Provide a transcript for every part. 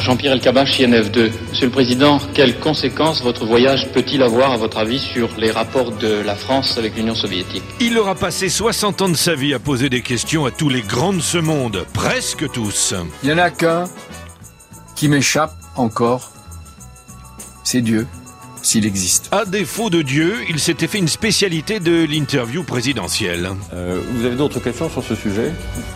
Jean-Pierre Elkabach, INF2. Monsieur le Président, quelles conséquences votre voyage peut-il avoir, à votre avis, sur les rapports de la France avec l'Union soviétique Il aura passé 60 ans de sa vie à poser des questions à tous les grands de ce monde, presque tous. Il n'y en a qu'un qui m'échappe encore. C'est Dieu, s'il existe. À défaut de Dieu, il s'était fait une spécialité de l'interview présidentielle. Euh, vous avez d'autres questions sur ce sujet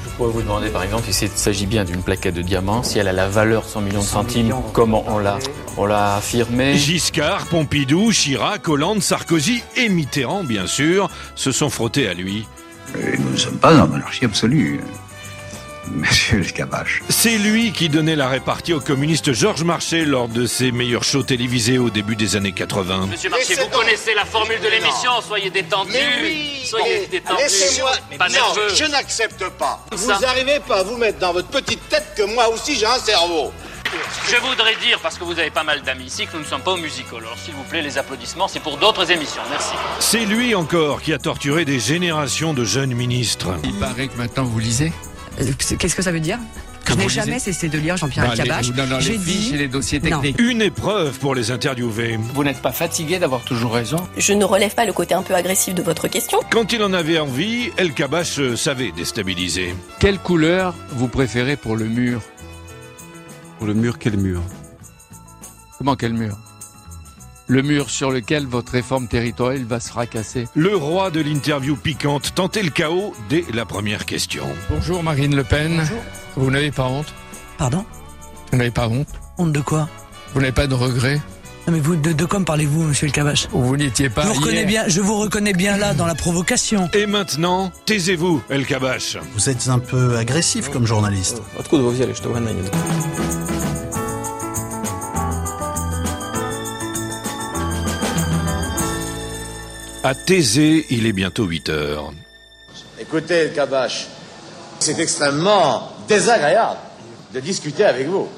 Je pourrais vous demander par exemple s'il s'agit bien d'une plaquette de diamant, si elle a la valeur de 100 millions de centimes, comment on l'a, on l'a Eh. affirmé. Giscard, Pompidou, Chirac, Hollande, Sarkozy et Mitterrand, bien sûr, se sont frottés à lui. Et nous ne sommes pas en monarchie absolue, monsieur Escabache. C'est lui qui donnait la répartie au communiste Georges Marchais lors de ses meilleurs shows télévisés au début des années 80. Monsieur Marché, vous connaissez la formule de l'émission, soyez détendu, Mais oui, soyez mais détendu, Laissez-moi. pas non, nerveux. je n'accepte pas. Vous Ça. n'arrivez pas à vous mettre dans votre petite tête que moi aussi j'ai un cerveau. Je voudrais dire, parce que vous avez pas mal d'amis ici, que nous ne sommes pas au musical. Alors s'il vous plaît, les applaudissements, c'est pour d'autres émissions, merci. C'est lui encore qui a torturé des générations de jeunes ministres. Il paraît que maintenant vous lisez. Euh, c'est- Qu'est-ce que ça veut dire Je n'ai jamais cessé de lire Jean-Pierre Bah, les- Cabache. non, non, les J'ai fiches et dit les dossiers Non. techniques. Une épreuve pour les interviewer. Vous n'êtes pas fatigué d'avoir toujours raison Je ne relève pas le côté un peu agressif de votre question. Quand il en avait envie, El Kabash euh, savait déstabiliser. Quelle couleur vous préférez pour le mur Pour le mur, quel mur Comment quel mur Le mur sur lequel votre réforme territoriale va se fracasser. Le roi de l'interview piquante tentait le chaos dès la première question. Bonjour Marine Le Pen. Vous n'avez pas honte Pardon Vous n'avez pas honte Honte de quoi Vous n'avez pas de regrets Non mais vous, de, de quoi me parlez-vous, monsieur le Cabache Ou vous n'étiez pas je, vous Ah, hier reconnais bien, je vous reconnais bien là dans la provocation. Et maintenant, taisez-vous, El Kabash. Vous êtes un peu agressif comme journaliste. Откуда vous взяли, что война À Thésée, il est bientôt 8 heures. Écoutez, Kabash, c'est extrêmement désagréable de discuter avec vous.